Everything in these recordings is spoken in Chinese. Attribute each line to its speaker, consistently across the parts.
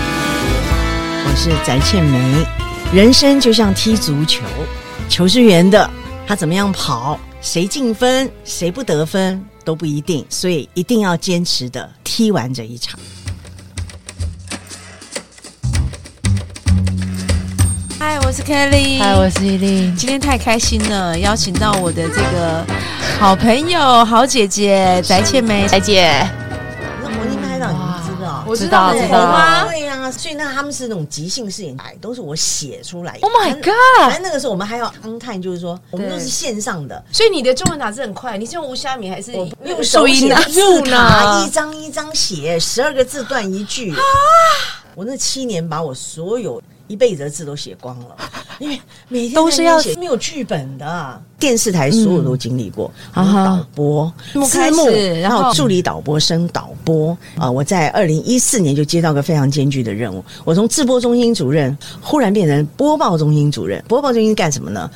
Speaker 1: 我是翟倩梅。人生就像踢足球，球是圆的，它怎么样跑，谁进分，谁不得分都不一定，所以一定要坚持的踢完这一场。
Speaker 2: 嗨，我是 Kelly。
Speaker 3: 嗨，我是依琳。
Speaker 2: 今天太开心了，邀请到我的这个好朋友、好姐姐翟倩梅。
Speaker 4: 彩姐，
Speaker 1: 那我一拍到你们知道，
Speaker 2: 我
Speaker 3: 知道
Speaker 2: 你
Speaker 3: 知
Speaker 2: 红
Speaker 3: 道
Speaker 2: 吗？
Speaker 1: 对啊，所以那他们是那种即兴式演排，都是我写出来。
Speaker 3: Oh my
Speaker 1: 反正反
Speaker 3: god！
Speaker 1: 正那个时候我们还要 on time，就是说我们都是线上的，
Speaker 2: 所以你的中文打字很快，你是用无虾米还是
Speaker 1: 用手写字
Speaker 2: 用
Speaker 1: 卡，
Speaker 2: 呢
Speaker 1: 一？张一张写，十二个字断一句。我那七年把我所有一辈子的字都写光了，因为每天
Speaker 2: 都是
Speaker 1: 在
Speaker 2: 要
Speaker 1: 那边写没有剧本的。电视台所有都经历过，
Speaker 2: 嗯
Speaker 1: 我
Speaker 2: 啊哈
Speaker 1: 导播、
Speaker 2: 幕开
Speaker 1: 字
Speaker 2: 始
Speaker 1: 幕，
Speaker 2: 然后
Speaker 1: 到助理导播升导播啊、我在二零一四年就接到个非常艰巨的任务，我从制播中心主任忽然变成播报中心主任。播报中心干什么 呢？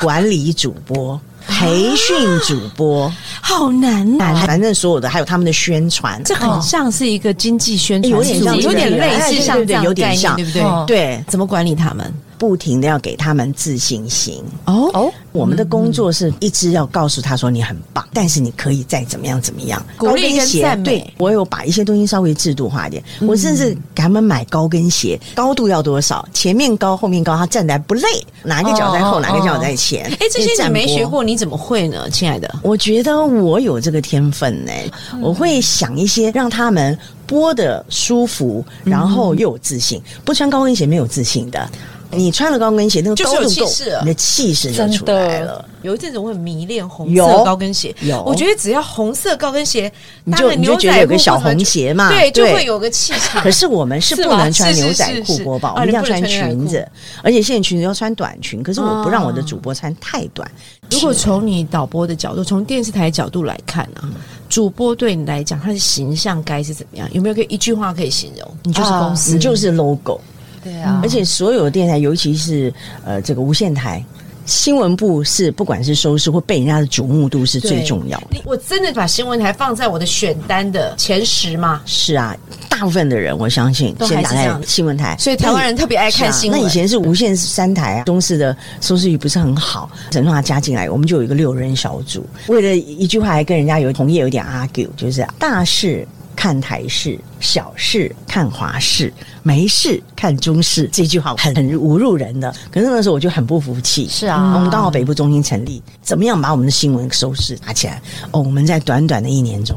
Speaker 1: 管理主播、培训主播。
Speaker 2: 好难
Speaker 1: 啊
Speaker 2: 啊！
Speaker 1: 反正所有的，还有他们的宣传，哦哎
Speaker 2: 这很像是一个经济宣传
Speaker 1: 有
Speaker 2: 术，
Speaker 1: 点像
Speaker 2: 有点
Speaker 1: 这个
Speaker 2: 类
Speaker 1: 哎
Speaker 2: 似
Speaker 1: 对
Speaker 2: 像
Speaker 1: 对
Speaker 2: 这
Speaker 1: 对
Speaker 2: 样
Speaker 1: 有
Speaker 2: 的
Speaker 1: 点
Speaker 2: 概念，
Speaker 1: 像
Speaker 2: 对不对？
Speaker 3: 哦
Speaker 1: 对，
Speaker 2: 怎么管理他们？
Speaker 1: 不停的要给他们自信心。
Speaker 2: 哦，
Speaker 3: 哦，
Speaker 1: 我们的工作是一直要告诉他说你很棒，但是你可以再怎么样怎么样。
Speaker 2: 鼓励跟
Speaker 1: 高跟鞋
Speaker 2: 赞美嗯
Speaker 1: 对我有把一些东西稍微制度化一点，我甚至给他们买高跟鞋，高度要多少，前面高后面高，他站起来不累，哪一个脚在后，
Speaker 3: 哦
Speaker 1: 哪个脚在前。
Speaker 2: 哎，这些
Speaker 1: 站
Speaker 2: 你
Speaker 1: 坡
Speaker 2: 没学。过，你怎么会呢，亲爱的？
Speaker 1: 我觉得我有这个天分呢、
Speaker 2: 嗯
Speaker 1: 我会想一些让他们播的舒服，然后又有自信。不穿高跟鞋没有自信的，你穿了高跟鞋，那个
Speaker 2: 就是
Speaker 1: 高度
Speaker 2: 有气
Speaker 1: 够
Speaker 2: 势了，
Speaker 1: 你的气势就
Speaker 3: 真
Speaker 1: 出
Speaker 3: 的
Speaker 1: 来了。
Speaker 2: 有一阵子我很迷恋红色
Speaker 1: 有
Speaker 2: 高跟鞋，
Speaker 1: 有
Speaker 2: 我觉得只要红色高跟鞋，
Speaker 1: 你
Speaker 2: 搭
Speaker 1: 就
Speaker 2: 个
Speaker 1: 你就
Speaker 2: 牛
Speaker 1: 觉得有
Speaker 2: 仔
Speaker 1: 个
Speaker 2: 裤
Speaker 1: 小
Speaker 2: 或者
Speaker 1: 红鞋嘛，
Speaker 2: 对，就会。有个气场
Speaker 1: 可。是我们是
Speaker 2: 是
Speaker 1: 不
Speaker 2: 吗
Speaker 1: 能穿
Speaker 2: 是是
Speaker 1: 牛仔
Speaker 2: 是
Speaker 1: 裤
Speaker 2: 是
Speaker 1: 播报，
Speaker 2: 哦
Speaker 1: 我们一定要
Speaker 2: 你不能
Speaker 1: 穿
Speaker 2: 穿牛仔
Speaker 1: 裙
Speaker 2: 裤
Speaker 1: 子，而且现在裙子要穿短裙。可是我不让我的
Speaker 2: 哦
Speaker 1: 主播穿太短，
Speaker 2: 如果从你导播的角度，从电视台角度来看啊，
Speaker 1: 嗯
Speaker 2: 主播对你来讲，他的形象该是怎么样？有没有个一句话可以形容？你就是公司，
Speaker 1: 啊你就是 logo。
Speaker 4: 对啊
Speaker 1: 而，且所有的电台，尤其是呃这个无线台，新闻部是不管是收视或被人家的瞩目度是最
Speaker 2: 对
Speaker 1: 重要的。
Speaker 2: 你我真的把新闻台放在我的选单的前十嘛，
Speaker 1: 是啊，大部分的人我相信
Speaker 2: 都还
Speaker 1: 先
Speaker 2: 是
Speaker 1: 打
Speaker 2: 这
Speaker 1: 开
Speaker 2: 样
Speaker 1: 新闻台，
Speaker 2: 所以台湾人特别爱看新闻。
Speaker 1: 那以前是无线三台啊，中视的收视率不是很好，整让他加进来，我们就有一个六人小组，为了一句话还跟人家有同业有点 argue，就是啊大事。看台视，小事看华视，没事看中视。这句话很很侮辱人的。可是那时候我就很不服气。
Speaker 3: 是啊
Speaker 1: 我们刚好北部中心成立，怎么样把我们的新闻收视打起来？哦，我们在短短的一年中，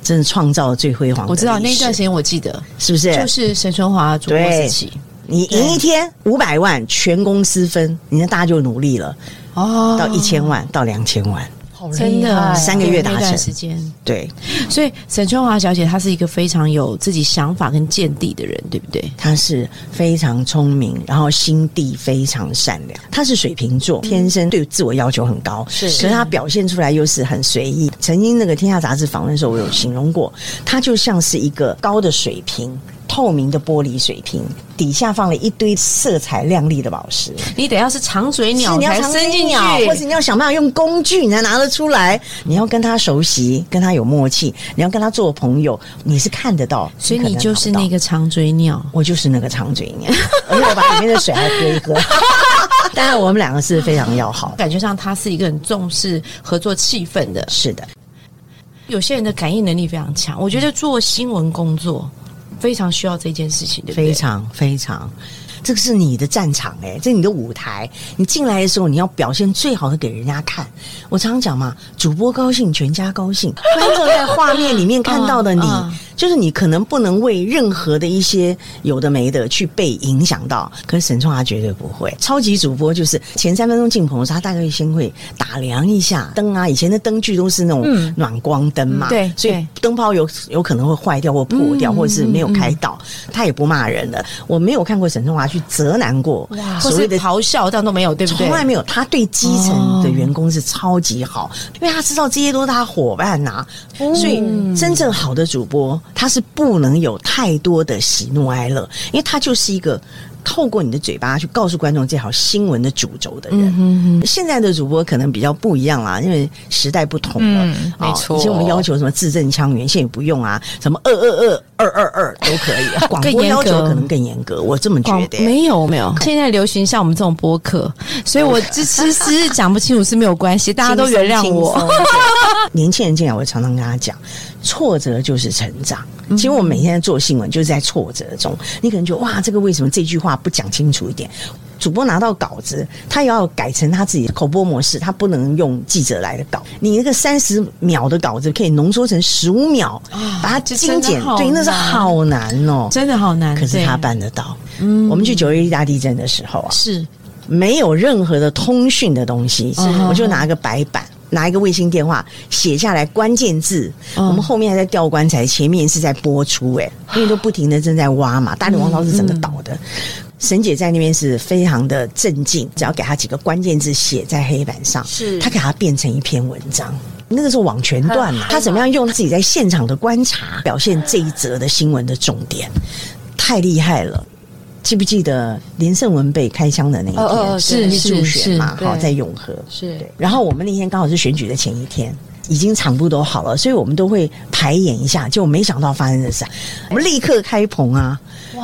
Speaker 1: 真的创造了最辉煌的历史。
Speaker 2: 我知道那段时间我记得，
Speaker 1: 是不是？
Speaker 2: 就是沈春华主播时期
Speaker 1: 你赢一天五百万，全公司分，你看大家就努力了，
Speaker 2: 哦
Speaker 1: 到一千万到两千万，
Speaker 3: 好
Speaker 2: 真
Speaker 3: 厉害
Speaker 2: 的
Speaker 1: 三个月达成
Speaker 2: 那段时间。
Speaker 1: 对，
Speaker 2: 所以沈春华小姐她是一个非常有自己想法跟见地的人，对不对？
Speaker 1: 他是非常聪明，然后心地非常善良，他是水瓶座，天生对自我要求很高，
Speaker 2: 是
Speaker 1: 可是他表现出来又是很随意。曾经那个《天下》杂志访问的时候，我有形容过，他就像是一个高的水瓶。透明的玻璃水瓶底下放了一堆色彩亮丽的宝石，
Speaker 2: 你得要是长嘴
Speaker 1: 是
Speaker 2: 鸟
Speaker 1: 你要
Speaker 2: 才
Speaker 1: 藏
Speaker 2: 伸进去，
Speaker 1: 或者你要想办法用工具，你才拿得出来。你要跟他熟悉，跟他有默契，你要跟他做朋友，你是看得到。
Speaker 2: 所以
Speaker 1: 可能
Speaker 2: 你就是
Speaker 1: 拿不
Speaker 2: 那
Speaker 1: 到，
Speaker 2: 个长嘴鸟。
Speaker 1: 我就是那个长嘴鸟，而且我把里面的水还喝一喝。 当然，我们两个是非常要好。
Speaker 2: 感觉上她是一个很重视合作气氛的，
Speaker 1: 是的，
Speaker 2: 有些人的感应能力非常强。我觉得做新闻工作非常需要这件事情，对不对？
Speaker 1: 非常非常。这个是你的战场哎、这是你的舞台。你进来的时候，你要表现最好的给人家看。我常常讲嘛，主播高兴，全家高 兴。观众在画面里面看到的你，
Speaker 2: 嗯
Speaker 1: 就是你可能不能为任何的一些有的没的去被影响到，可是沈创他绝对不会。超级主播就是前三分钟进棚的时候，他大概先会打量一下灯啊，以前的灯具都是那种
Speaker 3: 嗯
Speaker 1: 暖光灯嘛，
Speaker 2: 嗯对
Speaker 1: 所以
Speaker 2: 对
Speaker 1: 灯泡有有可能会坏掉或破掉，
Speaker 2: 嗯
Speaker 1: 或者是没有开到，他也不骂人的。我没有看过沈春华去责难过
Speaker 2: 哇，或
Speaker 1: 所谓
Speaker 2: 是
Speaker 1: 的
Speaker 2: 咆哮，但都没有，对不对？
Speaker 1: 从来没有，他对基层的员工是超级好，因为他知道这些都是他伙伴呐、
Speaker 2: 嗯
Speaker 1: 所以真正好的主播，他是不能有太多的喜怒哀乐，因为他就是一个透过你的嘴巴去告诉观众这条新闻的主轴
Speaker 2: 嗯
Speaker 1: 的人。现在的主播可能比较不一样啦，因为时代不同了。
Speaker 3: 嗯
Speaker 1: 啊
Speaker 3: 没错
Speaker 1: 以前我们要求什么字正腔圆，现在也不用啊，什么二二二二二二都可以、啊。广播
Speaker 2: 更严
Speaker 1: 要
Speaker 2: 格
Speaker 1: 求可能更严格，我这么觉
Speaker 2: 广
Speaker 1: 得、嗯
Speaker 2: 没有没有，现在流行像我们这种播客，所以我这其实讲不清楚是没有关系，大家都 原谅
Speaker 1: 轻
Speaker 2: 我
Speaker 1: 松。。轻松对年轻人进来，我常常跟他讲，挫折就是成长。
Speaker 2: 嗯
Speaker 1: 其实我每天在做新闻，就是在挫折中。你可能觉得哇，这个为什么这句话不讲清楚一点？主播拿到稿子，他也要改成他自己的口播模式，他不能用记者来的稿。你那个三十秒的稿子可以浓缩成十五秒，把它
Speaker 2: 啊这
Speaker 1: 精
Speaker 2: 真的
Speaker 1: 简，
Speaker 2: 好
Speaker 1: 对，那是
Speaker 2: 难
Speaker 1: 好难哦。
Speaker 2: 真的好嗯难，
Speaker 1: 可是他
Speaker 2: 对
Speaker 1: 办得到。我们去九月一大地震的时候啊，
Speaker 2: 是
Speaker 1: 没有任何的通讯的东西，我就拿个白板。拿一个卫星电话写下来关键字，
Speaker 2: 嗯
Speaker 1: 我们后面还在吊棺材，前面是在播出、哎，因为都不停的正在挖嘛，大连王朝是整个倒的。沈姐在那边是非常的镇静，只要给她几个关键字写在黑板上，
Speaker 2: 是
Speaker 1: 她给它变成一篇文章。那个时候网全段
Speaker 2: 嗯
Speaker 1: 嘛，她怎么样用自己在现场的观察表现这一则的新闻的重点，太厉害了。记不记得连胜文被开枪的那一天？
Speaker 3: 哦哦
Speaker 2: 是
Speaker 1: 去助
Speaker 2: 是
Speaker 1: 选
Speaker 2: 是
Speaker 1: 嘛，
Speaker 2: 对
Speaker 1: 好，在永和。
Speaker 3: 是
Speaker 1: 对，然后我们那天刚好是选举的前一天，已经场部都好了，所以我们都会排演一下。就没想到发生的事啊，我们立刻开棚啊！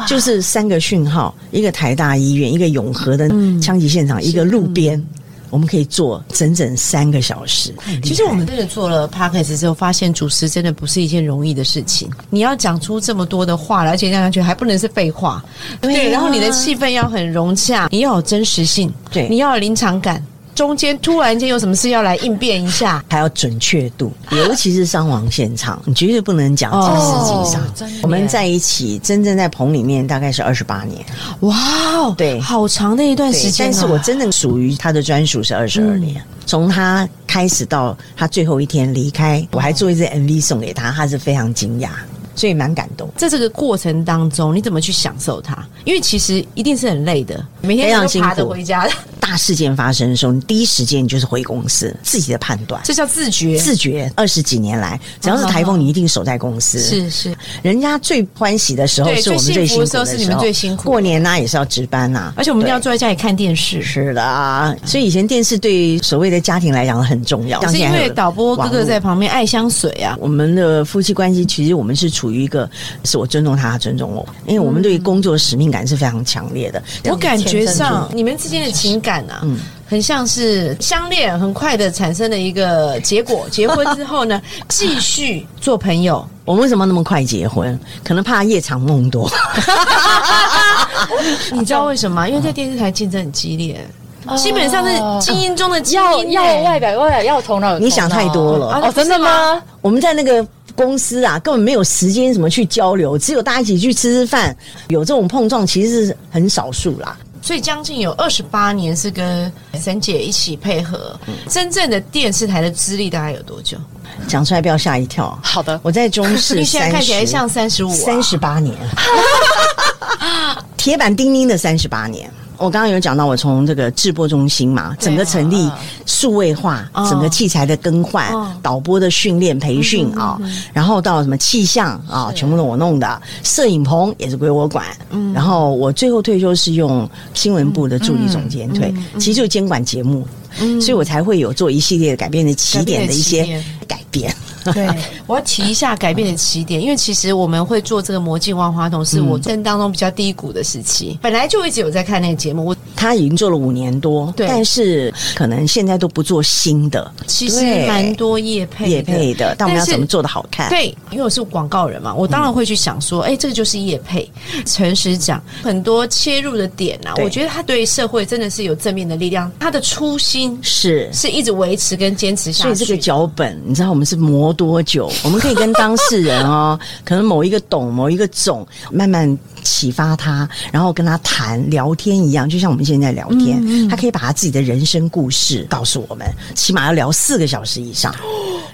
Speaker 1: 就是三个讯号：一个台大医院，一个永和的
Speaker 3: 嗯
Speaker 1: 枪击现场，一个路边。我们可以做整整三个小时。
Speaker 2: 其实我们真的做了 podcast 之后，发现主持真的不是一件容易的事情。你要讲出这么多的话来，而且让人觉得还不能是废话，对,、
Speaker 1: 啊
Speaker 2: 然后你的气氛要很融洽，你要有真实性，
Speaker 1: 对
Speaker 2: 你要有临场感。中间突然间有什么事要来应变一下，
Speaker 1: 还要准确度，
Speaker 3: 啊
Speaker 1: 尤其是伤亡现场，你绝对不能讲几
Speaker 2: 哦
Speaker 1: 十几伤。
Speaker 3: 真的耶
Speaker 1: 我们在一起，真正在棚里面大概是二十八年。
Speaker 2: 哇哦，
Speaker 1: 对
Speaker 2: 好长的一段
Speaker 1: 对
Speaker 2: 时间、啊嗯
Speaker 1: 但是我真正属于他的专属是二十二年，从、他开始到他最后一天离开，我还做一支 MV 送给他，他是非常惊讶，所以蛮感动。
Speaker 2: 在这个过程当中，你怎么去享受它？因为其实一定是很累的，每
Speaker 1: 非常
Speaker 2: 天都爬
Speaker 1: 辛
Speaker 2: 着
Speaker 1: 苦
Speaker 2: 回家，
Speaker 1: 大事件发生的时候，你第一时间你就是回公司，自己的判断。
Speaker 2: 这叫自觉。
Speaker 1: 自觉二十几年来，只要是台风，你一定守在公司。
Speaker 2: 是是，
Speaker 1: 人家最欢喜的时候，
Speaker 2: 对
Speaker 1: 是我们最
Speaker 2: 最幸
Speaker 1: 辛苦
Speaker 2: 福
Speaker 1: 的时候，
Speaker 2: 的时候是你们最辛苦的
Speaker 1: 过年呐、也是要值班呐、
Speaker 2: 而且我们一定要
Speaker 1: 对
Speaker 2: 坐在家里看电视。
Speaker 1: 是的啊，所以以前电视对所谓的家庭来讲很重要，
Speaker 2: 是因为导播哥
Speaker 1: 网
Speaker 2: 哥
Speaker 1: 络
Speaker 2: 在旁边爱香水啊，
Speaker 1: 我们的夫妻关系，其实我们是处于一个是我尊重他，他尊重我，因为我们对于工作使命感是非常强烈的。
Speaker 2: 嗯我感觉
Speaker 1: 天
Speaker 2: 上
Speaker 1: 生就
Speaker 2: 你们之间的情感啊，很像是相恋，很快的产生了一个结果。结婚之后呢，继续做朋友，
Speaker 1: 我们为什么那么快结婚？ 可能怕夜长梦多。
Speaker 2: 你知道为什么吗？因为在电视台竞争很激烈，基本上是精英中的精
Speaker 3: 要
Speaker 2: 英
Speaker 3: 要
Speaker 2: 欸
Speaker 3: 外表外表要有头脑，有
Speaker 1: 你想
Speaker 3: 头脑
Speaker 1: 太多了
Speaker 3: 啊哦，真的吗？
Speaker 1: 我们在那个公司啊，根本没有时间什么去交流，只有大家一起去吃吃饭，有这种碰撞其实是很少数啦。
Speaker 2: 所以将近有二十八年是跟沈姐一起配合。真正的电视台的资历大概有多久？
Speaker 1: 讲出来不要吓一跳啊。
Speaker 3: 好的，
Speaker 1: 我在 中视
Speaker 2: 你现在看起来
Speaker 1: 30
Speaker 2: 像三十五，啊
Speaker 1: 三十八年，铁板钉钉的三十八年。我刚刚有讲到，我从这个制播中心嘛，整个成立、数位化，
Speaker 2: 啊嗯哦
Speaker 1: 整个器材的更换
Speaker 2: 哦，嗯
Speaker 1: 导播的训练培训啊，然后到什么气象啊，全部都我弄的，摄影棚也是归我管。
Speaker 2: 嗯
Speaker 1: 然后我最后退休是用新闻部的助理总监
Speaker 2: 嗯
Speaker 1: 退，其实就监管节目，所以我才会有做一系列改变的起点的一
Speaker 2: 改变的起
Speaker 1: 些
Speaker 2: 点
Speaker 1: 改变。
Speaker 3: 对，
Speaker 2: 我要提一下改变的起点，因为其实我们会做这个魔镜万花筒，是
Speaker 1: 嗯
Speaker 2: 我人生当中比较低谷的时期。本来就一直有在看那个节目，我
Speaker 1: 他已经做了五年多，
Speaker 2: 对
Speaker 1: 但是可能现在都不做新的
Speaker 2: 其实
Speaker 1: 对
Speaker 2: 蛮多业配
Speaker 1: 也
Speaker 2: 的
Speaker 1: 配的，但我们要
Speaker 2: 但是
Speaker 1: 怎么做的好看？
Speaker 2: 对，因为我是广告人嘛，我当然会去想说，哎、
Speaker 1: 嗯
Speaker 2: 这个就是业配。诚实讲，很多切入的点啊，
Speaker 1: 对
Speaker 2: 我觉得它对社会真的是有正面的力量。它的初心
Speaker 1: 是。
Speaker 2: 是一直维持跟坚持下
Speaker 1: 所
Speaker 2: 去。
Speaker 1: 以这个脚本，你知道我们是磨多久？ 我们可以跟当事人 哦，可能某一个懂，某一个总，慢慢启发他，然后跟他谈聊天一样，就像我们现在聊天，他可以把他自己的人生故事告诉我们，起码要聊四个小时以上。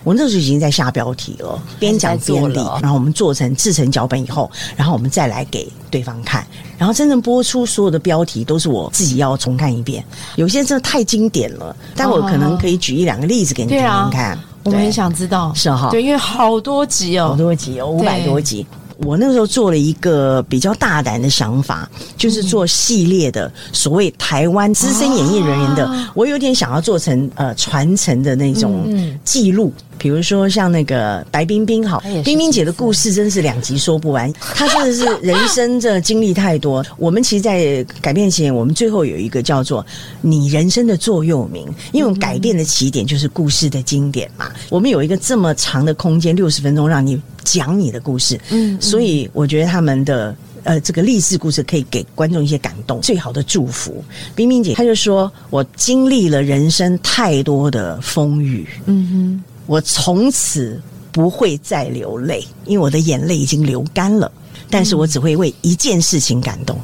Speaker 1: 我那时候已经在下标题了，哦边讲
Speaker 3: 还
Speaker 1: 边
Speaker 3: 是在
Speaker 1: 理
Speaker 3: 做了，
Speaker 1: 然后我们做成制成脚本以后，然后我们再来给对方看，然后真正播出所有的标题都是我自己要重看一遍，有些真的太经典了，但我可能可以举一两个例子给你听
Speaker 2: 对啊
Speaker 1: 听看。
Speaker 2: 我们
Speaker 1: 对
Speaker 2: 很想知道，
Speaker 1: 是哈
Speaker 2: 对，因为好多集
Speaker 1: 好
Speaker 2: 哦。
Speaker 1: 多集哦，五百
Speaker 2: 对
Speaker 1: 多集。我那个时候做了一个比较大胆的想法，就是做系列的所谓台湾资深演艺人员的，
Speaker 2: 啊
Speaker 1: 我有点想要做成呃传承的那种
Speaker 2: 嗯
Speaker 1: 记录。比如说像那个白冰冰好
Speaker 3: 也是，
Speaker 1: 冰冰姐的故事真是两集说不 完，她真的是人生这经历太多。我们其实，在改变前，我们最后有一个叫做“你人生的座右铭”，因为我们改变的起点就是故事的经典嘛。我们有一个这么长的空间，六十分钟，让你讲你的故事。嗯，所以我觉得他们的。呃，这个励志故事可以给观众一些感动，最好的祝福。冰冰姐她就说：“我经历了人生太多的风雨，我从此不会再流泪，因为我的眼泪已经流干了。但是我只会为一件事情感动，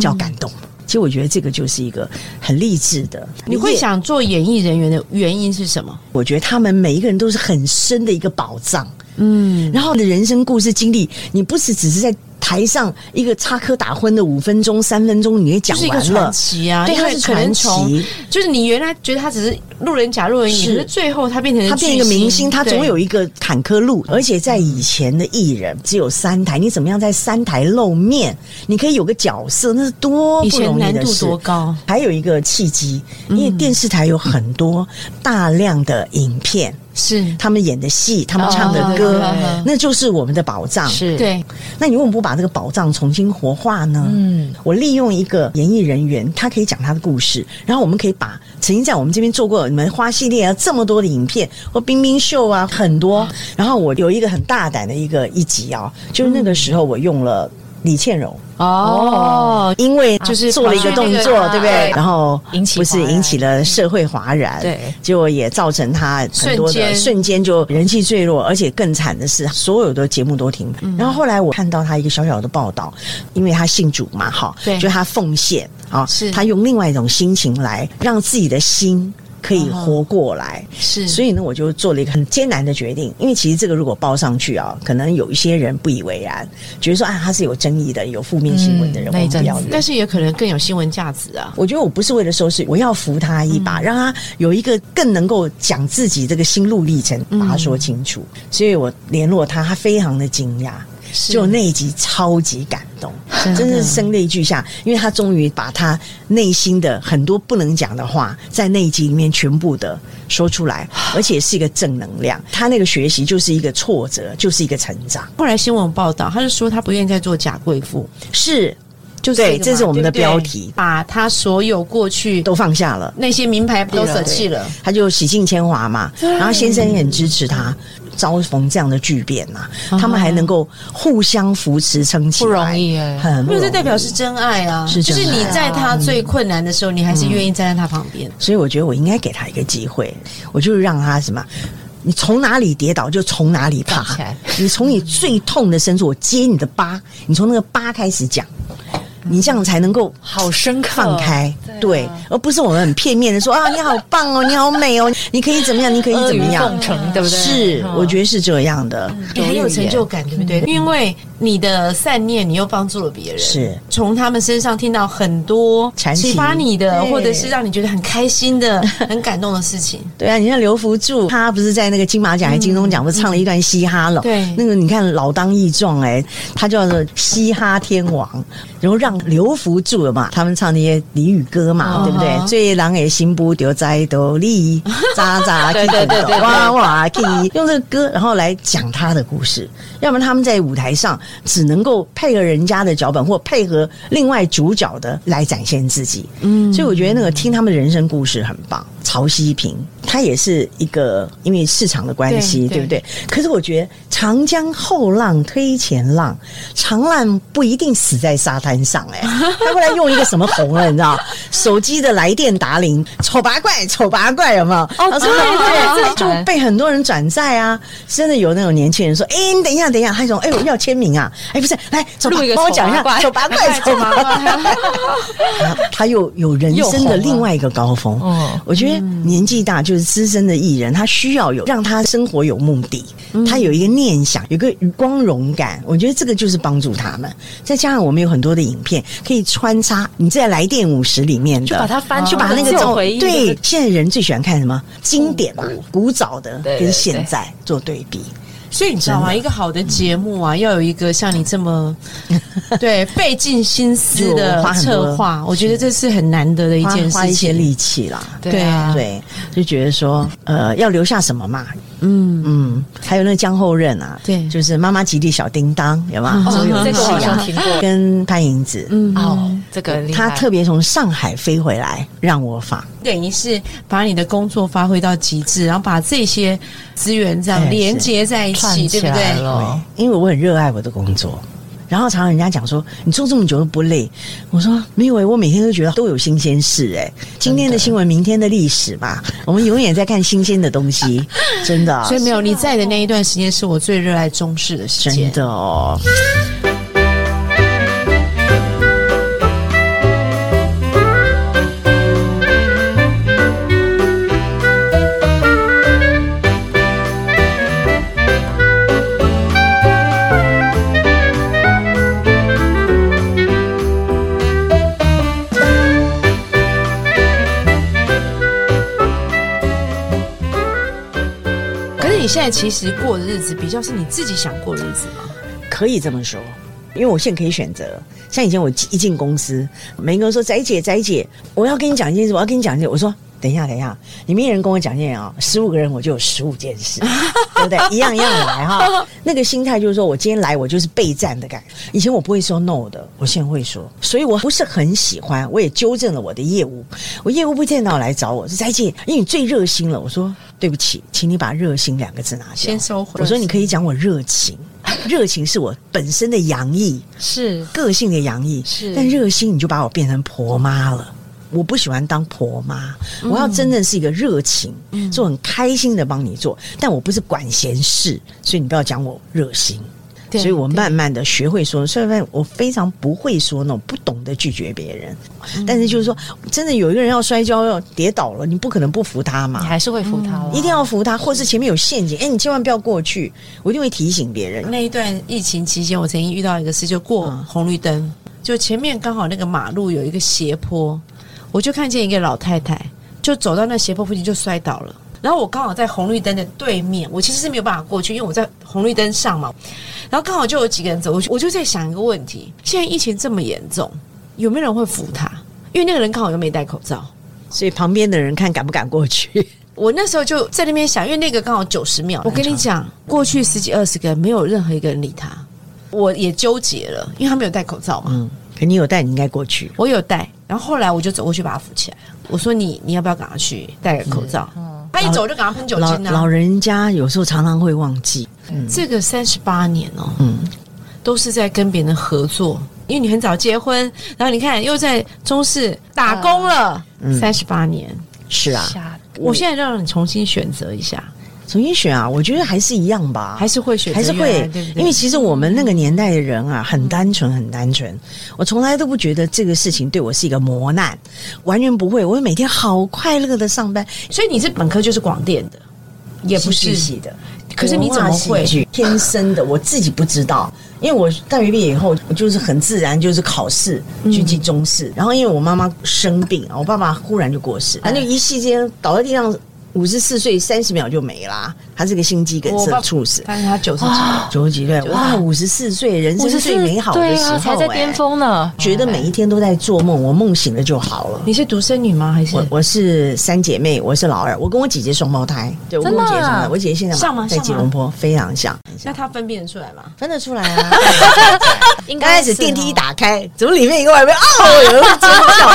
Speaker 1: 叫感动。其实我觉得这个就是一个很励志的。
Speaker 2: 嗯你会
Speaker 1: 也，
Speaker 2: 想做演艺人员的原因是什么？
Speaker 1: 我觉得他们每一个人都是很深的一个宝藏。
Speaker 2: 嗯，
Speaker 1: 然后你的人生故事经历，你不是只是在台上一个插科打诨的五分钟、三分钟，你也
Speaker 2: 就
Speaker 1: 讲
Speaker 2: 是一个
Speaker 1: 完
Speaker 2: 传
Speaker 1: 了。
Speaker 2: 奇啊，
Speaker 1: 对，
Speaker 2: 因为
Speaker 1: 它是
Speaker 2: 可能
Speaker 1: 传
Speaker 2: 从
Speaker 1: 奇，
Speaker 2: 就是你原来觉得他只是路人甲、路人乙，
Speaker 1: 是
Speaker 2: 可是最后他变成
Speaker 1: 他变一个
Speaker 2: 巨
Speaker 1: 明星，他总
Speaker 2: 对嗯
Speaker 1: 有一个坎坷路。而且在以前的艺人只有三台，你怎么样在三台露面？你可以有个角色，那是多
Speaker 2: 以
Speaker 1: 不
Speaker 2: 前
Speaker 1: 容易
Speaker 2: 难
Speaker 1: 的
Speaker 2: 度
Speaker 1: 事。
Speaker 2: 多高。
Speaker 1: 还有一个契机，因为电视台有很多大量的影片，
Speaker 2: 是，
Speaker 1: 他们演的戏，他们唱
Speaker 2: 嗯哦
Speaker 1: 的歌
Speaker 2: 对对对，
Speaker 1: 那就是我们的宝藏。
Speaker 3: 是，
Speaker 2: 对，
Speaker 1: 那你为什么不把这个宝藏重新活化呢？
Speaker 3: 嗯，
Speaker 1: 我利用一个演艺人员，他可以讲他的故事，然后我们可以把曾经在我们这边做过你们花系列啊这么多的影片或冰冰秀啊很多，然后我有一个很大胆的一个一集啊，就是那个时候我用了李倩柔，
Speaker 2: 哦，
Speaker 1: 因为
Speaker 2: 就是
Speaker 1: 做了一个动
Speaker 2: 跑去那
Speaker 1: 作，
Speaker 2: 个
Speaker 1: 对不对
Speaker 2: 对？
Speaker 1: 然后
Speaker 3: 引起
Speaker 1: 不是
Speaker 3: 哗然
Speaker 1: 引起了社会哗然，
Speaker 3: 对
Speaker 1: 结果也造成他很多
Speaker 2: 瞬
Speaker 1: 的
Speaker 2: 间
Speaker 1: 瞬间就人气坠落，而且更惨的是，所有的节目都停。然后后来我看到他一个小小的报道，因为他信主嘛，哈，
Speaker 2: 对
Speaker 1: 就他奉献啊
Speaker 2: 是，
Speaker 1: 他用另外一种心情来让自己的心可以活过来。
Speaker 2: 哦是，
Speaker 1: 所以呢，我就做了一个很艰难的决定，因为其实这个如果报上去啊，可能有一些人不以为然，觉得说啊，他是有争议的、有负面新闻的人，
Speaker 3: 嗯那
Speaker 1: 我
Speaker 3: 一
Speaker 1: 们不要
Speaker 3: 阵子
Speaker 1: 理
Speaker 2: 但是也可能更有新闻价值啊。
Speaker 1: 我觉得我不是为了收视，我要扶他一
Speaker 2: 嗯
Speaker 1: 把，让他有一个更能够讲自己这个心路历程，把它说清楚。
Speaker 2: 嗯
Speaker 1: 所以我联络他，他非常的惊讶，就那一集超级感动，
Speaker 2: 真的
Speaker 1: 真的是声泪俱下，因为他终于把他内心的很多不能讲的话，在那一集里面全部的说出 来，而且是一个正能量。他那个学习就是一个挫折，就是一个成长，
Speaker 2: 后来新闻报道，他就说他不愿意再做假贵妇，
Speaker 1: 是
Speaker 2: 就是
Speaker 1: 对
Speaker 2: 个嘛
Speaker 1: 这是我们的
Speaker 2: 对不对
Speaker 1: 标题
Speaker 2: 把他所有过去
Speaker 1: 都放下了。
Speaker 2: 那些名牌都舍弃了。
Speaker 1: 他就洗尽铅华嘛，然后先生也很支持他，遭逢这样的巨变呐、
Speaker 2: 啊
Speaker 1: 他们还能够互相扶持撑起来，
Speaker 3: 不容易哎
Speaker 1: 很不
Speaker 2: 因
Speaker 1: 容易
Speaker 2: 为这代表是真爱啊，
Speaker 1: 是
Speaker 2: 就
Speaker 1: 真爱
Speaker 2: 是你在他最困难的时候，你还是愿意站在他旁边。
Speaker 1: 所以我觉得我应该给他一个机会，我就让他什么。你从哪里跌倒就从哪里爬
Speaker 3: 站起来，
Speaker 1: 你从你最痛的深处，我接你的疤，你从那个疤开始讲，你这样才能够
Speaker 3: 好深刻，啊
Speaker 1: 放开，对，而不是我们很片面的说啊，你好棒哦，你好美哦，你可以怎么样，你可以
Speaker 3: 阿
Speaker 1: 怎么
Speaker 3: 谀
Speaker 1: 样
Speaker 3: 奉，承，对不嗯对？
Speaker 1: 是，我觉得是这样的，
Speaker 2: 你很有成就感，对不对？因为你的善念，你又帮助了别人，
Speaker 1: 是
Speaker 2: 从他们身上听到很多
Speaker 1: 传奇
Speaker 2: 启发你的，
Speaker 1: 对
Speaker 2: 或者是让你觉得很开心 的、很感动的事情。
Speaker 1: 对啊，你看刘福柱，他不是在那个金马奖还是金钟奖，不是唱了一段嘻哈了？
Speaker 2: 嗯对
Speaker 1: 那个你看老当益壮哎、他叫做嘻哈天王，然后让让刘福住了嘛，他们唱那些俚语歌嘛，
Speaker 2: 哦
Speaker 1: 对不对？最人的心不丢在斗笠，喳喳
Speaker 2: 对对对对对
Speaker 1: 哇哇 k 用这个歌然后来讲他的故事，要不然他们在舞台上只能够配合人家的脚本，或配合另外主角的来展现自己。嗯，所以我觉得那个听他们的人生故事很棒。曹希平他也是一个因为市场的关系，
Speaker 2: 对
Speaker 1: 对不对？可是我觉得长江后浪推前浪，长浪不一定死在沙滩上、 哎，他后来用一个什么红了，你知道？手机的来电打铃，丑八怪，丑八怪，有没有？
Speaker 3: 对
Speaker 1: 哦，对
Speaker 3: 对
Speaker 1: 这就被很多人转载啊！真的有那种年轻人说：“哎、你等一下，等一下。”他说：“哎、我要签名啊！”哎、不是，来，走吧
Speaker 3: 录一个
Speaker 1: 帮我讲一
Speaker 3: 丑八怪
Speaker 1: 下丑八怪，丑八怪。 他啊他又有人生的另外一个高峰。
Speaker 3: 红了嗯
Speaker 1: 我觉得年纪大就是资深的艺人，他需要有让他生活有目的，他有一个念想，有个光荣感。我觉得这个就是帮助他们。再加上我们有很多的影片可以穿插你在来电五十里面的，
Speaker 4: 把它翻
Speaker 1: 就
Speaker 4: 出
Speaker 1: 把
Speaker 4: 来
Speaker 3: 哦
Speaker 1: 那个
Speaker 4: 旧
Speaker 1: 照
Speaker 4: 回忆的那
Speaker 1: 啊对
Speaker 4: 个，
Speaker 1: 现在人最喜欢看什么经典嘛，古早的
Speaker 4: 对
Speaker 1: 跟
Speaker 4: 对
Speaker 1: 现
Speaker 4: 对
Speaker 1: 在做对比。
Speaker 2: 所以你知道吗？一个好的节目啊，要有一个像你这么对 费尽心思
Speaker 1: 就
Speaker 2: 的
Speaker 1: 花很多
Speaker 2: 策划，我觉得这是很难得的一
Speaker 1: 花
Speaker 2: 件
Speaker 1: 花
Speaker 2: 事
Speaker 1: 一些
Speaker 2: 情。
Speaker 1: 力气啦，
Speaker 2: 对啊
Speaker 1: 对，就觉得说，呃，要留下什么嘛？嗯嗯，还有那个江后任啊，
Speaker 2: 对
Speaker 1: 就是妈妈吉利小叮当，有吗？
Speaker 2: 哦
Speaker 1: 周游
Speaker 4: 这个我好
Speaker 1: 记
Speaker 4: 像
Speaker 1: 啊，
Speaker 4: 听过。
Speaker 1: 跟潘迎紫，嗯，
Speaker 4: 哦，这个很厉害
Speaker 1: 他特别从上海飞回来让我访，
Speaker 2: 等于是把你的工作发挥到极致，然后把这些资源这样
Speaker 1: 哎
Speaker 2: 连接在一起，
Speaker 3: 串
Speaker 2: 对
Speaker 3: 起
Speaker 2: 不
Speaker 3: 来
Speaker 2: 对？
Speaker 3: 了，
Speaker 1: 因为我很热爱我的工作。然后常常人家讲说你做这么久都不累，我说没有欸诶、我每天都觉得都有新鲜事诶、今天的新闻，明天的历史嘛，我们永远在看新鲜的东 西，真的，啊
Speaker 2: 所以没有你在的那一段时间，是我最热爱中式的时
Speaker 1: 真
Speaker 2: 间。
Speaker 1: 的哦。
Speaker 2: 可是你现在其实过的日子，比较是你自己想过的日子吗？
Speaker 1: 可以这么说，因为我现在可以选择。像以前我一进公司，每个人说：“翟姐，翟姐，我要跟你讲一件事，我要跟你讲一件。”我说：“等一下，等一下，你们一人跟我讲一件啊，十五个人我就有十五件事，对不对？一样一样来哈。”那个心态就是说我今天来，我就是备战的感觉。以前我不会说 no 的，我现在会说，所以我不是很喜欢。我也纠正了我的业务，我业务部电脑来找我说：“翟姐，因为你最热心了。”我说：“对不起，请你把热心两个字拿掉，
Speaker 2: 先收回
Speaker 1: 我说：“你可以讲我热情。”热情是我本身的洋溢，
Speaker 3: 是
Speaker 1: 个性的洋溢。
Speaker 3: 是
Speaker 1: 但热心你就把我变成婆妈了。我不喜欢当婆妈，
Speaker 2: 嗯
Speaker 1: 我要真正是一个热情，做很开心的帮你做。但我不是管闲事，所以你不要讲我热心。
Speaker 2: 对
Speaker 1: 所以我慢慢的学会说，虽然我非常不会说那种不懂得拒绝别人，
Speaker 2: 嗯
Speaker 1: 但是就是说，真的有一个人要摔跤要跌倒了，你不可能不扶他嘛
Speaker 3: 你。还是会服他了，
Speaker 1: 嗯一定要扶他，或是前面有陷阱，哎、你千万不要过去，我一定会提醒别人。
Speaker 2: 那一段疫情期间，我曾经遇到一个事，就过红绿灯，就前面刚好那个马路有一个斜坡，我就看见一个老太太，就走到那斜坡附近就摔倒了。然后我刚好在红绿灯的对面，我其实是没有办法过去，因为我在红绿灯上嘛。然后刚好就有几个人走过去，我就在想一个问题：现在疫情这么严重，有没有人会扶她？因为那个人刚好又没戴口罩。
Speaker 1: 所以旁边的人看敢不敢过去。
Speaker 2: 我那时候就在那边想，因为那个刚好九十秒。我跟你讲，过去十几二十个人没有任何一个人理他，我也纠结了，因为他没有戴口罩嘛。
Speaker 1: 嗯， 可你有带，你应该过去。
Speaker 2: 我有戴，然后后来我就走过去把他扶起来，我说你你要不要赶快去戴个口罩？他一走就给他喷酒
Speaker 1: 老
Speaker 2: 精
Speaker 1: 老
Speaker 2: 啊！
Speaker 1: 人家有时候常常会忘记，
Speaker 2: 这个三十八年哦，
Speaker 1: 嗯，
Speaker 2: 都是在跟别人合作，因为你很早结婚，然后你看又在中视打工了三十八年。
Speaker 1: 是啊，
Speaker 3: 吓
Speaker 2: 嗯我现在让你重新选择一下，
Speaker 1: 重新选啊，我觉得还是一样吧，
Speaker 2: 还是会选择
Speaker 1: 还是
Speaker 2: 原来
Speaker 1: 会
Speaker 2: 对不，对
Speaker 1: 因为其实我们那个年代的人啊，很单纯，很单纯。我从来都不觉得这个事情对我是一个磨难，完全不会。我每天好快乐的上班，
Speaker 2: 所以你是本科就是广电的，也不
Speaker 1: 戏
Speaker 2: 是
Speaker 1: 剧系的。
Speaker 2: 可是你怎么
Speaker 1: 文化
Speaker 2: 会
Speaker 1: 戏剧天生的？我自己不知道，因为我大学毕业以后，我就是很自然就是考试去进中试，然后因为我妈妈生病啊，我爸爸忽然就过世，反正一夕间倒在地上。五十四岁三十秒就没啦，他是个心肌梗
Speaker 2: 我
Speaker 1: 塞
Speaker 2: 爸
Speaker 1: 猝死。
Speaker 2: 但是他九十几，
Speaker 3: 哇，
Speaker 1: 九十几岁，哇，五十四岁，人生
Speaker 3: 我是
Speaker 1: 最美好的
Speaker 3: 对
Speaker 1: 时候、
Speaker 3: 啊，才在
Speaker 1: 哎
Speaker 3: 巅峰呢，嗯
Speaker 1: 觉得每一天都在做梦，我梦醒了就好了。
Speaker 2: 你是独生女吗？还是
Speaker 1: 我我是三姐妹，我是老二，我跟我姐姐双胞胎，对我跟我
Speaker 3: 真
Speaker 1: 姐姐
Speaker 3: 的
Speaker 1: 双
Speaker 3: 啊
Speaker 1: 胞胎，我姐姐现在
Speaker 2: 像吗
Speaker 1: 在
Speaker 2: 像吗
Speaker 1: 吉隆坡，非常像，
Speaker 2: 那她分辨得出来吗？
Speaker 1: 分得出来啊。
Speaker 3: 应
Speaker 1: 刚开始
Speaker 3: 是
Speaker 1: 电梯一
Speaker 3: 哦
Speaker 1: 打开，怎么里面一个外面哦，有人会尖 叫，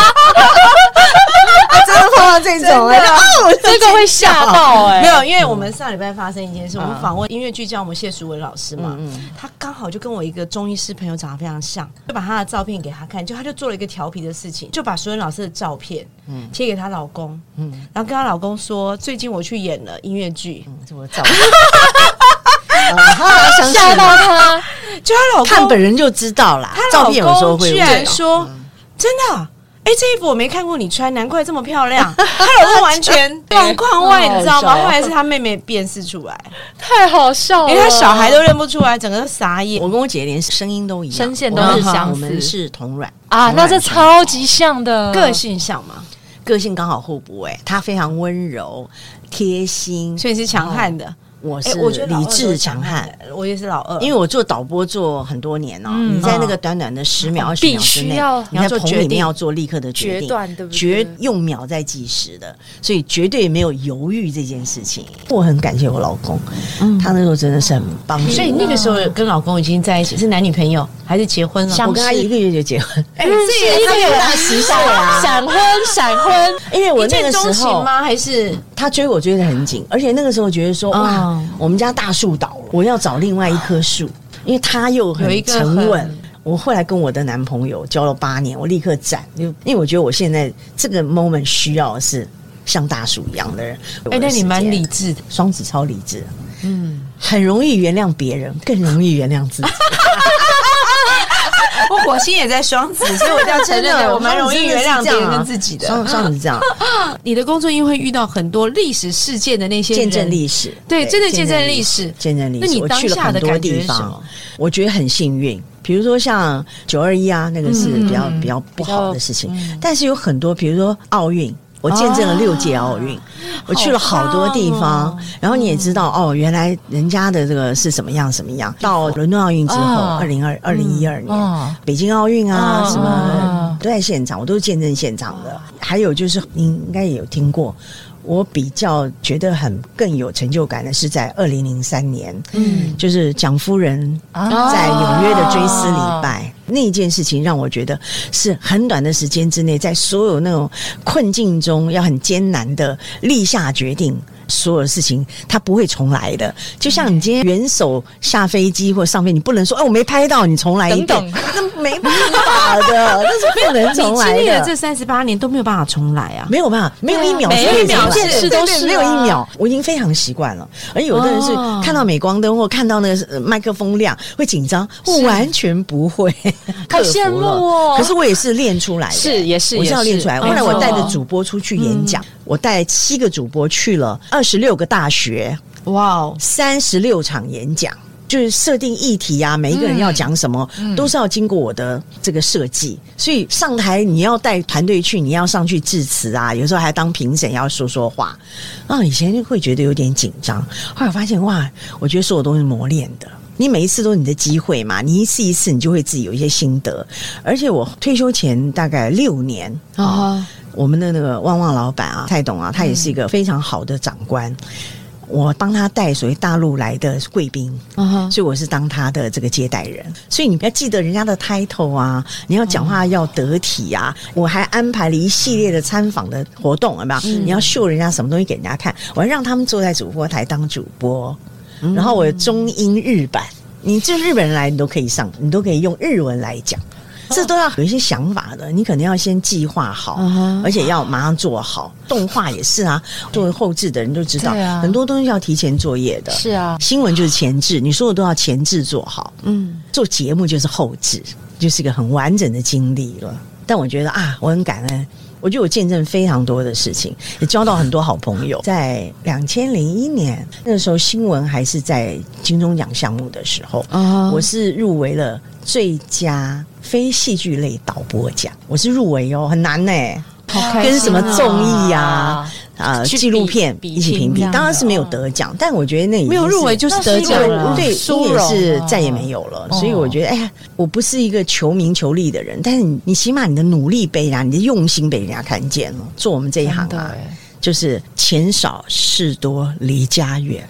Speaker 1: 真的碰到这种哎，哦，
Speaker 3: 啊这个会吓到哎、
Speaker 2: 没有，因为我们上礼拜发生一件事，我们
Speaker 1: 嗯
Speaker 2: 访问音乐剧教母谢淑文老师嘛
Speaker 1: 嗯嗯，
Speaker 2: 她刚好就跟我一个中医师朋友长得非常像，就把她的照片给她看，就她就做了一个调皮的事情，就把淑文老师的照片贴给她老公，
Speaker 1: 嗯
Speaker 2: 然后跟她老公说，最近我去演了音乐剧，
Speaker 1: 怎么照？ 啊相
Speaker 3: 吓
Speaker 1: 信
Speaker 3: 到他，
Speaker 1: 嗯
Speaker 2: 就她老公
Speaker 1: 看本人就知道啦，
Speaker 2: 她
Speaker 1: 照
Speaker 2: 老公
Speaker 1: 片有时候会
Speaker 2: 居
Speaker 1: 对
Speaker 2: 然
Speaker 1: 哦
Speaker 2: 说：“真的啊、哎、这衣服我没看过你穿，难怪这么漂 亮。”她老公完 全状况外，你知道吗？
Speaker 3: 好笑
Speaker 2: 后来是她妹妹辨识出来，
Speaker 3: 太好笑了，
Speaker 2: 连她小孩都认不出来，整个都傻眼。
Speaker 1: 我跟我姐连声音都一样，
Speaker 3: 声线
Speaker 2: 都是相
Speaker 1: 我
Speaker 3: 似
Speaker 1: 们是同卵
Speaker 3: 啊，
Speaker 1: 同
Speaker 3: 那
Speaker 1: 卵
Speaker 3: 这
Speaker 1: 双
Speaker 3: 超
Speaker 1: 胞
Speaker 3: 级像的
Speaker 2: 个性像嘛，
Speaker 1: 个性刚好互补哎，她非常温柔贴心，
Speaker 2: 所以是强悍的。
Speaker 1: 我
Speaker 2: 哎、
Speaker 1: 是
Speaker 2: 我觉得老
Speaker 1: 理
Speaker 2: 二都是
Speaker 1: 智强悍
Speaker 2: 悍。的，我也是老二，
Speaker 1: 因为
Speaker 2: 为
Speaker 1: 我做导播做很多年哦、
Speaker 3: 嗯
Speaker 1: 你在那个短短的十秒、二十秒之
Speaker 3: 必须
Speaker 1: 内
Speaker 3: 要，
Speaker 1: 你在棚
Speaker 2: 嗯你要做决
Speaker 1: 里
Speaker 2: 定
Speaker 1: 面要做立刻的决定，
Speaker 3: 决断对不对
Speaker 1: 绝用秒在计时的，所以绝对没有犹豫这件事情。我很感谢我老公，他那时候真的是很帮助我。
Speaker 2: 嗯所以那个时候跟老公已经在一起，是男女朋友还是结婚了？
Speaker 3: 像
Speaker 1: 我跟他一个月就结婚，
Speaker 2: 哎、
Speaker 3: 认
Speaker 2: 这
Speaker 3: 识
Speaker 2: 也
Speaker 3: 一个
Speaker 2: 这
Speaker 3: 人
Speaker 2: 也
Speaker 1: 大十岁啊！
Speaker 3: 闪婚闪婚，
Speaker 1: 因为我那
Speaker 2: 一见
Speaker 1: 个
Speaker 2: 钟
Speaker 1: 时
Speaker 2: 情
Speaker 1: 候
Speaker 2: 吗？还是
Speaker 1: 他追我追得很紧，而且那个时候觉得说，哇
Speaker 2: 嗯，
Speaker 1: 我们家大树倒了，我要找另外一棵树，因为他又
Speaker 2: 有一
Speaker 1: 很
Speaker 2: 个很
Speaker 1: 沉稳。我后来跟我的男朋友交了八年，我立刻斩，因为因为我觉得我现在这个 moment 需要的是像大树一样的人。
Speaker 2: 哎、那你蛮理
Speaker 1: 理
Speaker 2: 智的，
Speaker 1: 双子超理智，嗯，很容易原谅别人，更容易原谅 自己。
Speaker 2: 我火星也在双子，所以我一定要承
Speaker 1: 真的
Speaker 2: 认，我蛮容易原谅别人跟自己的。
Speaker 1: 啊双双子是这样啊，
Speaker 2: 你的工作因为会遇到很多历史事件的那些人
Speaker 1: 见证，历史，
Speaker 2: 对真的见证历史
Speaker 1: 见证历史。
Speaker 2: 那你
Speaker 1: 我
Speaker 2: 当
Speaker 1: 去了
Speaker 2: 下的
Speaker 1: 很多
Speaker 2: 感觉
Speaker 1: 地
Speaker 2: 是什么
Speaker 1: 方，我觉得很幸运。比如说像九二一啊，那个是
Speaker 2: 嗯
Speaker 1: 比较、比较不好的事情，但是有很多，比如说奥运。我见证了六届奥运，我去了好多地方，
Speaker 2: 哦棒哦
Speaker 1: 然后你也知道哦，原来人家的这个是什么样什么样。到伦敦奥运之后，
Speaker 3: 哦
Speaker 1: 二零二二零一二
Speaker 2: 嗯
Speaker 1: 年、
Speaker 3: 哦
Speaker 1: 北京奥运啊，
Speaker 3: 哦
Speaker 1: 什
Speaker 3: 哦
Speaker 1: 么都在现场，我都是见证现场的。还有就是，你应该也有听过，我比较觉得很更有成就感的是在二零零三年，
Speaker 3: 嗯，
Speaker 1: 就是蒋夫人
Speaker 3: 啊
Speaker 1: 在纽约的追思礼拜。那一件事情让我觉得是很短的时间之内，在所有那种困境中要很艰难的立下决定，所有事情它不会重来的。就像你今天元首下飞机或上飞，你不能说哎我没拍到，你重来一遍，
Speaker 3: 等等
Speaker 1: 那没办法的，那是不能重
Speaker 2: 你经
Speaker 1: 来
Speaker 2: 历了
Speaker 1: 的
Speaker 2: 这。三十八年都没有办法重来啊。
Speaker 1: 没有办法，没有一秒
Speaker 3: 没有
Speaker 1: 是可以
Speaker 3: 一秒
Speaker 1: 重来的
Speaker 3: 是是都
Speaker 1: 对对
Speaker 3: 是
Speaker 1: 没有
Speaker 3: 啊
Speaker 1: 一秒，我已经非常习惯了。而有的人是
Speaker 2: 哦
Speaker 1: 看到镁光灯或看到那个呃麦克风亮会紧张，我完全 不会，克服
Speaker 3: 羡慕
Speaker 1: 了
Speaker 3: 哦
Speaker 1: 可是我也是练出来的，
Speaker 3: 是也是
Speaker 1: 我是要
Speaker 3: 也是嗯
Speaker 1: 练出来。
Speaker 3: 没
Speaker 1: 后来我
Speaker 3: 错
Speaker 1: 带着主播出去演讲，我带七个主播去了二十六个大学，
Speaker 2: 哇哦，
Speaker 1: 三十六场演讲，就是设定议题啊，每一个人要讲什么，都是要经过我的这个设计。所以上台你要带团队去，你要上去致辞啊，有时候还当评审要说说话。啊，以前就会觉得有点紧张，后来发现哇，我觉得所有东西磨练的。你每一次都是你的机会嘛，你一次一次你就会自己有一些心得。而且我退休前大概六年
Speaker 2: 啊，
Speaker 1: 我们的那个旺旺老板啊，蔡董啊，他也是一个非常好的长官。我帮他带所谓大陆来的贵宾，
Speaker 2: 啊哈
Speaker 1: 所以我是当他的这个接待人。所以你要记得人家的 title 啊，你要讲话要得体啊。我还安排了一系列的参访的活动，有没有？你要秀人家什么东西给人家看，我还让他们坐在主播台当主播，然后我有中英日版。你就日本人来，你都可以上，你都可以用日文来讲，这都要有一些想法的。你可能要先计划好
Speaker 2: 嗯哼
Speaker 1: 而且要马上做好。动画也是啊，做后置的人都知道，
Speaker 3: 对啊
Speaker 1: 很多东西要提前作业的。
Speaker 3: 是啊，
Speaker 1: 新闻就是前置，你所有都要前置做好。
Speaker 2: 嗯，
Speaker 1: 做节目就是后置，就是一个很完整的经历了。但我觉得啊，我很感恩，我觉得我见证非常多的事情，也交到很多好朋友。在两千零一年那时候，新闻还是在金钟奖项目的时候，
Speaker 2: 啊
Speaker 1: 我是入围了最佳非戏剧类导播奖，我是入围哦，很难呢、
Speaker 2: 好开心啊
Speaker 1: 跟什么综艺呀、啊
Speaker 3: 啊，
Speaker 1: 呃
Speaker 2: 去
Speaker 1: 纪录
Speaker 2: 比
Speaker 1: 片
Speaker 2: 比
Speaker 1: 一起评
Speaker 3: 拼
Speaker 1: 比
Speaker 3: 这样，
Speaker 1: 当然
Speaker 3: 子
Speaker 1: 是没有
Speaker 3: 哦
Speaker 1: 得奖，但我觉得那已
Speaker 2: 没有
Speaker 1: 经
Speaker 2: 入围就是
Speaker 3: 那
Speaker 2: 得
Speaker 3: 是一
Speaker 2: 奖
Speaker 3: 个
Speaker 2: 了，
Speaker 1: 对，
Speaker 2: 殊
Speaker 1: 也
Speaker 2: 荣
Speaker 1: 是
Speaker 3: 啊
Speaker 1: 再也没有了。
Speaker 3: 哦
Speaker 1: 所以我觉得，哎呀，我不是一个求名求利的人，但是你你起码你的努力被人家，你的用心被人家看见了。做我们这一行
Speaker 3: 真的
Speaker 1: 啊，
Speaker 3: 耶
Speaker 1: 就是钱少事多，离家远，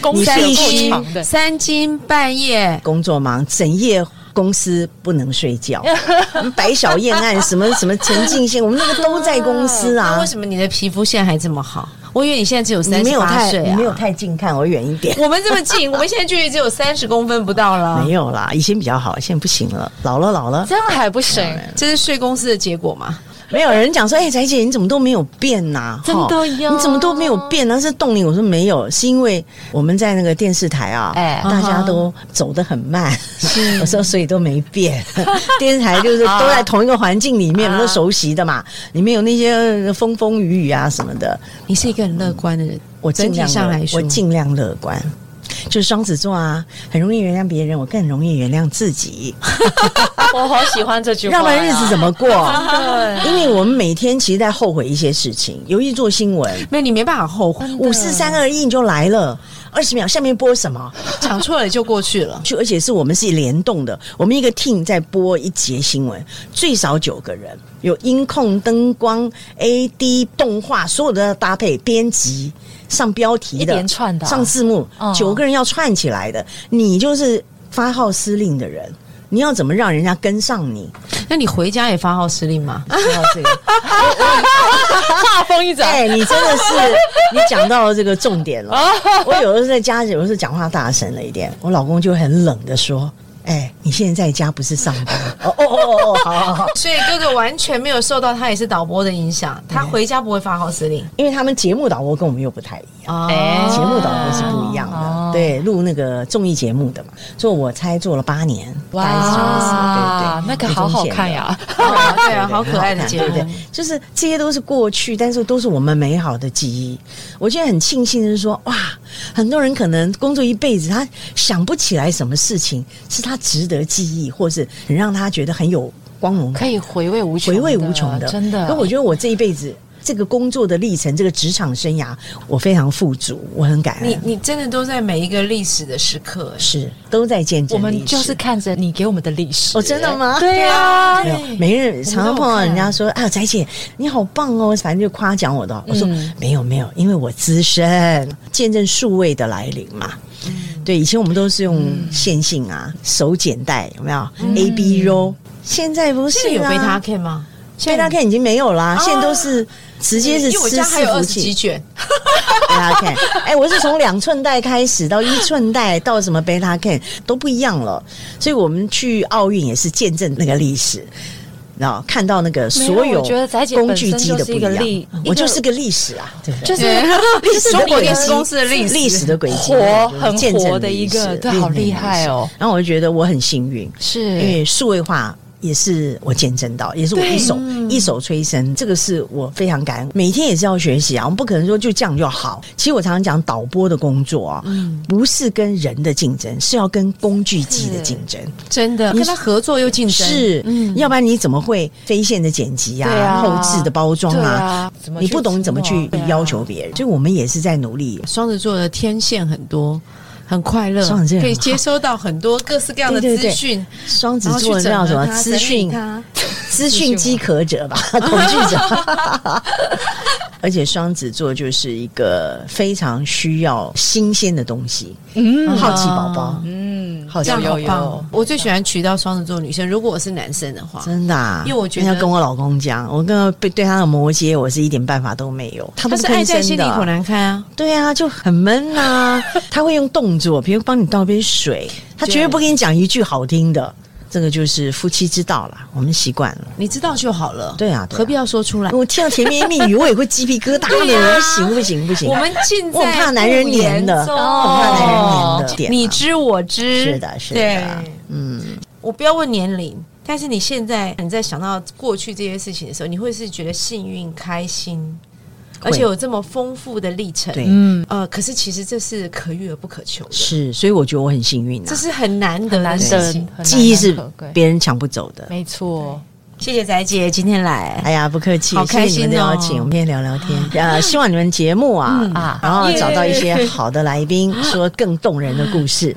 Speaker 3: 公
Speaker 1: 司
Speaker 3: 司
Speaker 1: 有
Speaker 2: 三
Speaker 1: 必
Speaker 3: 够
Speaker 1: 须
Speaker 3: 长的
Speaker 2: 更，三更半夜
Speaker 1: 工作忙，整夜。公司不能睡 觉，什么白小燕案什么什么陈敬宪，我们那个都在公司
Speaker 2: 那
Speaker 1: 啊
Speaker 2: 为。什么你的皮肤现在还这么好？我以为你现在只有
Speaker 1: 你
Speaker 2: 三
Speaker 1: 没
Speaker 2: 十
Speaker 1: 有
Speaker 2: 八
Speaker 1: 太
Speaker 2: 岁
Speaker 1: 你
Speaker 2: 啊
Speaker 1: 没。有太近看，我远一点。
Speaker 2: 我们这么近， 我们现在距离只有三十公分不到了
Speaker 1: 没。有啦，以前比较好，现在不行了，老了老了。
Speaker 3: 这样还不行，
Speaker 2: 这是睡公司的结果嘛？
Speaker 1: 没有人讲说，哎、翟姐你怎么都没有变呐、
Speaker 3: 真
Speaker 1: 哈
Speaker 3: 的呀
Speaker 1: 你怎么都没有变呢、是冻龄，我说没有，是因为我们在那个电视台啊，
Speaker 3: 哎
Speaker 1: 大家都走得很慢， 我说所以都没变。电视台就是都在同一个环境里面，我们都熟悉的嘛，里面有那些风风雨雨啊什么的，
Speaker 2: 你是一个很乐观的人，
Speaker 1: 我
Speaker 2: 整
Speaker 1: 尽
Speaker 2: 体
Speaker 1: 量
Speaker 2: 上来说
Speaker 1: 我尽量乐观。就是双子座啊，很容易原谅别人，我更容易原谅自己。
Speaker 3: 我好喜欢这句话啊
Speaker 1: 要
Speaker 3: 呀，
Speaker 1: 不然日子怎么过？
Speaker 3: 对
Speaker 1: 因为我们每天其实在后悔一些事情，尤其做新闻，
Speaker 2: 没有你没办法 后悔，
Speaker 1: 五四三二一你就来了，二十秒下面播什么？
Speaker 2: 讲错了就过去 了。
Speaker 1: 就而且是我们是联动的，我们一个 team 在播一节新闻，最少九个人，有音控、灯光、AD、动画，所有的搭配、编辑、上标题的、
Speaker 3: 一连串的啊
Speaker 1: 上字幕
Speaker 3: 嗯，
Speaker 1: 九、个人要串起来的，你就是发号施令的人。你要怎么让人家跟上你？
Speaker 2: 那你回家也发号施令吗？
Speaker 1: 知道这个？
Speaker 3: 话锋一转，
Speaker 1: 哎、你真 的是你讲到这个重点了。我有的时候在家，有的时候讲话大声了一点，我老公就很冷的说：“哎、你现在在家不是上班？”哦哦哦哦，好好好，
Speaker 2: 所以哥哥完全没有受到他也是导播的影
Speaker 1: 嗯
Speaker 2: 响，他回家不会发号施令
Speaker 1: 因为他们节目导播跟我们又不太一样。
Speaker 2: 啊
Speaker 3: 哎
Speaker 1: 节目导播是不一样的，
Speaker 3: 哦
Speaker 1: 对，录那个综艺节目的嘛，所以我猜做了八年，
Speaker 3: 哇
Speaker 1: 大概是这样子对对，
Speaker 3: 那个好好看呀
Speaker 1: 中线的，
Speaker 2: 对啊好可爱的节目
Speaker 1: 对对，对就是这些都是过去，但是都是我们美好的记忆。我觉得很庆幸的是说，哇，很多人可能工作一辈子，他想不起来什么事情是他值得记忆，或是很让他觉得很有光荣感
Speaker 3: 可以回味无穷
Speaker 1: 回
Speaker 3: 的，
Speaker 1: 味无
Speaker 2: 哦
Speaker 1: 穷的，
Speaker 3: 真的。
Speaker 1: 可我觉得我这一辈子这个工作的历程，这个职场生涯，我非常富足，我很感
Speaker 2: 你
Speaker 1: 恩，
Speaker 2: 你真的都在每一个历史的时刻，
Speaker 1: 是都在见证
Speaker 3: 我们
Speaker 1: 历史
Speaker 3: 就是看着你给我们的历史，
Speaker 1: 哦真的吗
Speaker 3: 对啊呀，
Speaker 2: 哎
Speaker 1: 没有，哎每日常常碰到人家说啊，翟姐你好棒哦，反正就夸奖我的。我说、
Speaker 3: 嗯
Speaker 1: 没有没有，因为我资深，见证数位的来临嘛。
Speaker 2: 嗯
Speaker 1: 对，以前我们都是用线性啊，手剪带有没有、a B roll？现在不
Speaker 2: 嗯现
Speaker 1: 是、
Speaker 2: 在
Speaker 1: 啊、
Speaker 2: 有贝塔 K 吗？
Speaker 1: 贝塔 K 已经没有啦，现在都是直接是
Speaker 2: 哦因为我
Speaker 1: 吃
Speaker 2: 家还
Speaker 1: 伺
Speaker 2: 有
Speaker 1: 服
Speaker 2: 二十几
Speaker 1: 器
Speaker 2: 卷，
Speaker 1: 贝塔 K。哎，我是从两寸带开始到一寸带到什么贝塔 K 都不一样了，所以我们去奥运也是见证那个历史。然后看到那个所
Speaker 3: 没有我觉得翟姐
Speaker 1: 工具
Speaker 3: 本身
Speaker 1: 机
Speaker 3: 就
Speaker 1: 的
Speaker 3: 是
Speaker 1: 不
Speaker 3: 一个
Speaker 1: 一
Speaker 3: 历
Speaker 1: 样，嗯
Speaker 3: 一
Speaker 1: 我
Speaker 3: 个
Speaker 1: 就是个历史啊，对不对？
Speaker 3: 就是
Speaker 2: 历
Speaker 1: 史
Speaker 2: 中
Speaker 1: 的
Speaker 2: 国
Speaker 1: 轨
Speaker 2: 电
Speaker 1: 迹
Speaker 2: 视公司的历史
Speaker 1: 历史的轨迹，啊
Speaker 3: 活
Speaker 1: 就是
Speaker 3: 很
Speaker 1: 见证
Speaker 3: 活的一个
Speaker 1: 历史
Speaker 3: 对好厉害哦。
Speaker 1: 历史然后我就觉得我很幸运，因
Speaker 3: 是
Speaker 1: 为数位化也是我见证到，也是我一手一手催生，这个是我非常感恩。每天也是要学习啊，我们不可能说就这样就好。其实我常常讲，导播的工作啊，不是跟人的竞争，是要跟工具机的竞争。
Speaker 2: 真的跟他合作又竞争，
Speaker 1: 是，要不然你怎么会飞线的剪辑啊，
Speaker 3: 对啊
Speaker 1: 后置的包装
Speaker 3: 对
Speaker 1: 啊
Speaker 3: 啊怎么
Speaker 1: 你
Speaker 3: 去
Speaker 1: 不懂你怎么
Speaker 3: 做
Speaker 1: 去
Speaker 3: 对啊
Speaker 1: 要求别人，所以我们也是在努力。
Speaker 2: 双子座的天线很多，很快乐，
Speaker 1: 双子座
Speaker 2: 可以
Speaker 1: 很好
Speaker 2: 接收到很多各式各样的
Speaker 1: 对
Speaker 2: 资
Speaker 1: 对对
Speaker 2: 讯，
Speaker 1: 双子
Speaker 2: 然后去
Speaker 1: 座
Speaker 2: 整
Speaker 1: 叫
Speaker 2: 合
Speaker 1: 什么？
Speaker 2: 它
Speaker 1: 资讯
Speaker 2: 整理
Speaker 1: 资讯饥渴者 吧，
Speaker 2: 哦
Speaker 1: 恐惧者。而且双子座就是一个非常需要新鲜的东西，
Speaker 3: 嗯
Speaker 1: 好奇宝宝，
Speaker 3: 嗯，
Speaker 1: 好
Speaker 2: 它，这
Speaker 1: 奇
Speaker 2: 样
Speaker 1: 宝
Speaker 2: 哦好
Speaker 1: 宝，
Speaker 2: 棒哦！我最喜欢娶到双子座女生，如果我是男生的话，
Speaker 1: 真的、啊，
Speaker 2: 因为我觉得
Speaker 1: 要跟我老公讲，我跟他对对他的摩羯，我是一点办法都没有，他都
Speaker 2: 他是
Speaker 1: 不吭
Speaker 2: 爱在
Speaker 1: 声
Speaker 2: 心里
Speaker 1: 的
Speaker 2: 苦难开啊，
Speaker 1: 对啊，就很闷呐、 他会用动作，比如帮你倒杯水，他绝对不跟你讲一句好听的。这个就是夫妻之道啦，我们习惯了。
Speaker 2: 你知道就好了，
Speaker 1: 对啊对啊
Speaker 2: 何必要说出 来？
Speaker 1: 我听到甜言蜜语，我也会鸡皮疙瘩的，我说行不行不行？
Speaker 2: 啊我们尽在
Speaker 1: 我很怕男人黏的，
Speaker 2: 不言中
Speaker 1: 我很怕男人黏的点啊。
Speaker 2: 你知我知，
Speaker 1: 是的是的
Speaker 2: 对
Speaker 1: 嗯，
Speaker 2: 我不要问年龄，但是你现在你在想到过去这些事情的时候，你会是觉得幸运、开心，而且有这么丰富的历程。
Speaker 1: 对，
Speaker 3: 嗯，
Speaker 2: 呃，可是其实这是可遇而不可求的，
Speaker 1: 是，所以我觉得我很幸运
Speaker 2: 这
Speaker 1: 啊，
Speaker 2: 是很难得
Speaker 3: 难
Speaker 2: 的
Speaker 3: 得
Speaker 2: 事情。
Speaker 3: 很难
Speaker 1: 记忆是
Speaker 3: 能可贵
Speaker 1: 别人抢不走的。
Speaker 3: 没错，
Speaker 2: 谢谢翟姐今天来，
Speaker 1: 哎呀，不客气，
Speaker 2: 好
Speaker 1: 谢
Speaker 2: 开
Speaker 1: 谢
Speaker 2: 心
Speaker 1: 你们的邀
Speaker 2: 哦
Speaker 1: 请，我们今天聊聊 天。呃，希望你们节目啊
Speaker 3: 啊
Speaker 1: 然后
Speaker 2: 嗯耶
Speaker 1: 找到一些好的来宾，说更动人的故事。